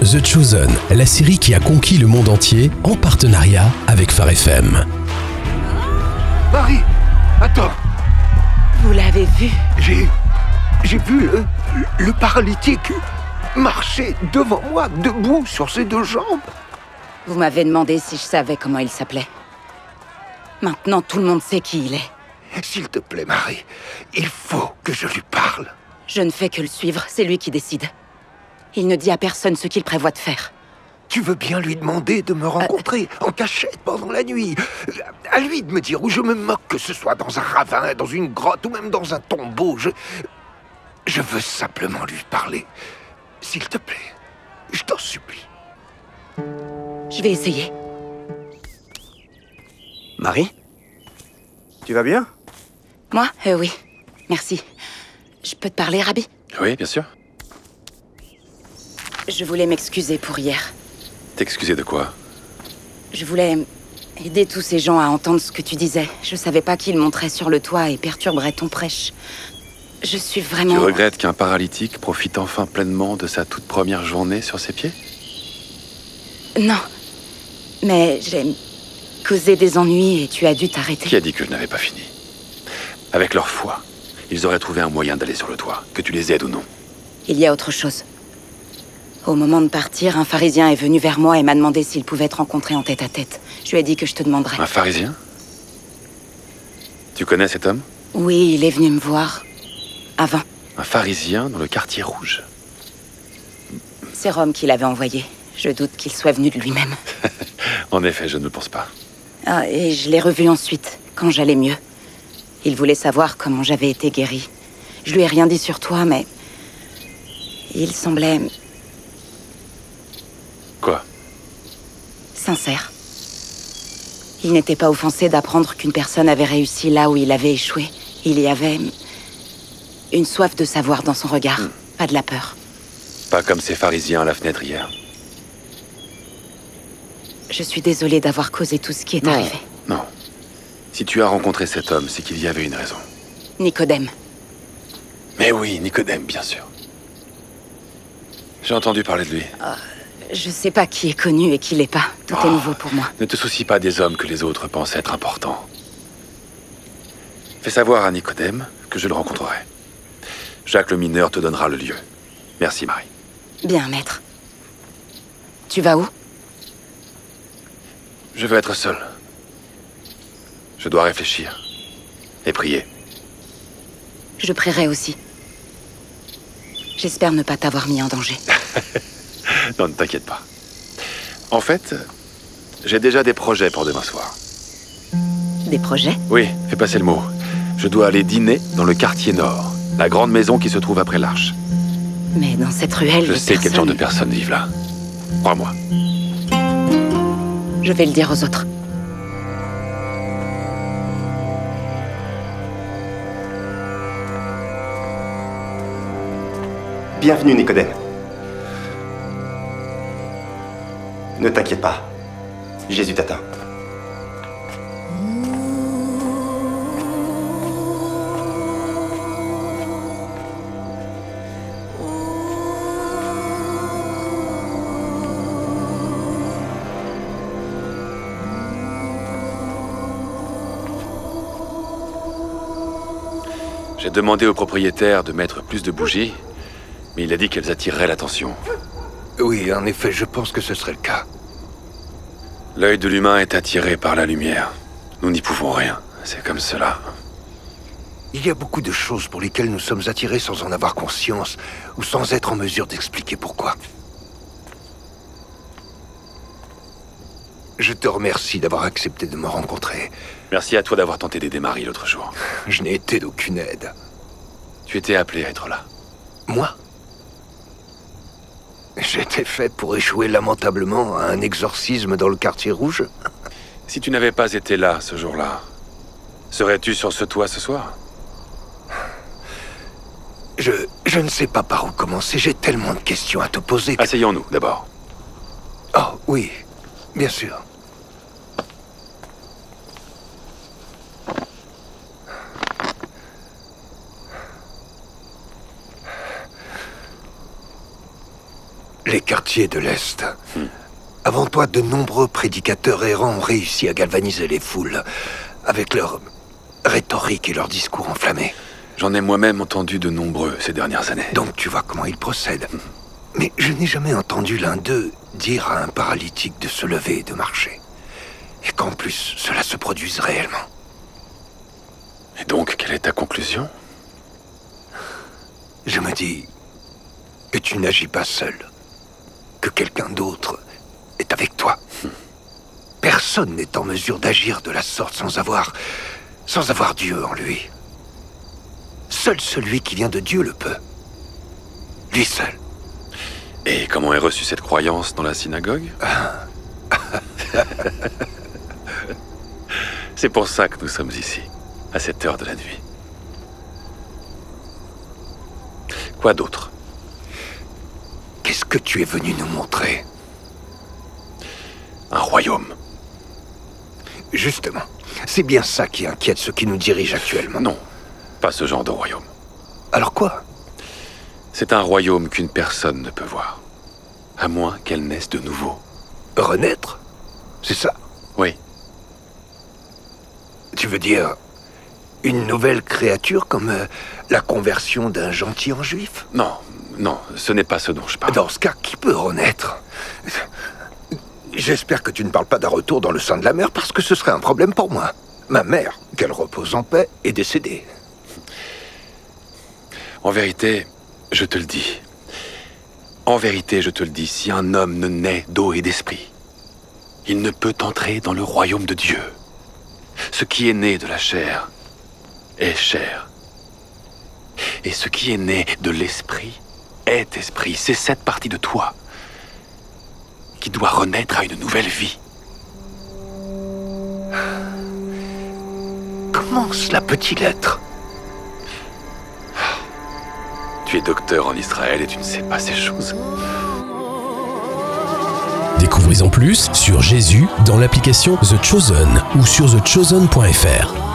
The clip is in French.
The Chosen, la série qui a conquis le monde entier en partenariat avec Phare FM. Barry Attends Vous l'avez vu J'ai. J'ai vu le. le paralytique marcher devant moi, debout, sur ses deux jambes. Vous m'avez demandé si je savais comment il s'appelait. Maintenant, tout le monde sait qui il est. S'il te plaît, Marie, il faut que je lui parle. Je ne fais que le suivre, c'est lui qui décide. Il ne dit à personne ce qu'il prévoit de faire. Tu veux bien lui demander de me rencontrer en cachette pendant la nuit À lui de me dire où je me moque, que ce soit dans un ravin, dans une grotte ou même dans un tombeau. Je. Je veux simplement lui parler. S'il te plaît, je t'en supplie. Je vais essayer. Marie Tu vas bien Moi Euh, oui. Merci. Je peux te parler, Rabbi Oui, bien sûr. Je voulais m'excuser pour hier. T'excuser de quoi Je voulais aider tous ces gens à entendre ce que tu disais. Je savais pas qu'ils monteraient sur le toit et perturberaient ton prêche. Je suis Tu vraiment... regrettes qu'un paralytique profite enfin pleinement de sa toute première journée sur ses pieds Non. Mais j'ai causé des ennuis et tu as dû t'arrêter. Qui a dit que je n'avais pas fini Avec leur foi, ils auraient trouvé un moyen d'aller sur le toit, que tu les aides ou non. Il y a autre chose. Au moment de partir, un pharisien est venu vers moi et m'a demandé s'il pouvait te rencontrer en tête à tête. Je lui ai dit que je te demanderais. Un pharisien Tu connais cet homme Oui, il est venu me voir. Avant. Un pharisien dans le quartier rouge. C'est Rome qui l'avait envoyé. Je doute qu'il soit venu de lui-même. En effet, je ne le pense pas. Ah, et je l'ai revu ensuite, quand j'allais mieux. Il voulait savoir comment j'avais été guérie. Je lui ai rien dit sur toi, mais. Il semblait Quoi sincère. Il n'était pas offensé d'apprendre qu'une personne avait réussi là où il avait échoué. Il y avait une soif de savoir dans son regard, Hmm. pas de la peur. Pas comme ces pharisiens à la fenêtre hier. Je suis désolée d'avoir causé tout ce qui est arrivé. Non. Si tu as rencontré cet homme, c'est qu'il y avait une raison. Nicodème, Mais oui, Nicodème, bien sûr. J'ai entendu parler de lui. je sais pas qui est connu et qui l'est pas. Tout est Oh. nouveau pour moi. Ne te soucie pas des hommes que les autres pensent être importants. Fais savoir à Nicodème que je le rencontrerai. Jacques le mineur te donnera le lieu. Merci Marie. Bien, maître. Tu vas où Je veux être seul. Je dois réfléchir et prier. Je prierai aussi. J'espère ne pas t'avoir mis en danger. Non, ne t'inquiète pas. En fait, j'ai déjà des projets pour demain soir. Des projets Oui, fais passer le mot. Je dois aller dîner dans le quartier nord, la grande maison qui se trouve après l'arche. Mais dans cette ruelle, Je les sais quel genre de personnes- personnes vivent là. Crois-moi. Je vais le dire aux autres. Bienvenue, Nicodème. Ne t'inquiète pas. Jésus t'attend. J'ai demandé au propriétaire de mettre plus de bougies, mais il a dit qu'elles attireraient l'attention. Oui, en effet, je pense que ce serait le cas. L'œil de l'humain est attiré par la lumière. Nous n'y pouvons rien. C'est comme cela. Il y a beaucoup de choses pour lesquelles nous sommes attirés sans en avoir conscience ou sans être en mesure d'expliquer pourquoi. Je te remercie d'avoir accepté de me rencontrer. Merci à toi d'avoir tenté d'aider Marie l'autre jour. Je n'ai été d'aucune aide. Tu étais appelé à être là. Moi J'étais fait pour échouer lamentablement à un exorcisme dans le quartier rouge Si tu n'avais pas été là ce jour-là, serais-tu sur ce toit ce soir Je, je ne sais pas par où commencer, j'ai tellement de questions à te poser. que- Asseyons-nous d'abord. Oh oui, bien sûr. les quartiers de l'Est. Avant toi, de nombreux prédicateurs errants ont réussi à galvaniser les foules avec leur rhétorique et leurs discours enflammés. J'en ai moi-même entendu de nombreux ces dernières années. Donc tu vois comment ils procèdent. Mais je n'ai jamais entendu l'un d'eux dire à un paralytique de se lever et de marcher. Et qu'en plus, cela se produise réellement. Et donc, quelle est ta conclusion Je me dis que tu n'agis pas seul, que quelqu'un d'autre est avec toi. Personne n'est en mesure d'agir de la sorte sans avoir, sans avoir Dieu en lui. Seul celui qui vient de Dieu le peut. Lui seul. Et comment est reçue cette croyance dans la synagogue C'est pour ça que nous sommes ici, à cette heure de la nuit. Quoi d'autre Qu'est-ce que tu es venu nous montrer Un royaume Justement, c'est bien ça qui inquiète ceux qui nous dirigent actuellement. Non, pas ce genre de royaume. Alors quoi C'est un royaume qu'une personne ne peut voir. À moins qu'elle naisse de nouveau. Renaître C'est ça Oui, Tu veux dire une nouvelle créature comme euh, la conversion d'un gentil en juif non, non, ce n'est pas ce dont je parle. Dans ce cas, qui peut renaître J'espère que tu ne parles pas d'un retour dans le sein de la mère parce que ce serait un problème pour moi. Ma mère, qu'elle repose en paix, est décédée. En vérité, je te le dis. En vérité, je te le dis, si un homme ne naît d'eau et d'esprit, il ne peut entrer dans le royaume de Dieu. Ce qui est né de la chair est chair. Et ce qui est né de l'esprit est esprit. C'est cette partie de toi qui doit renaître à une nouvelle vie. Comment cela peut-il être Tu es docteur en Israël et tu ne sais pas ces choses. Découvrez en plus sur Jésus dans l'application The Chosen ou sur thechosen.fr.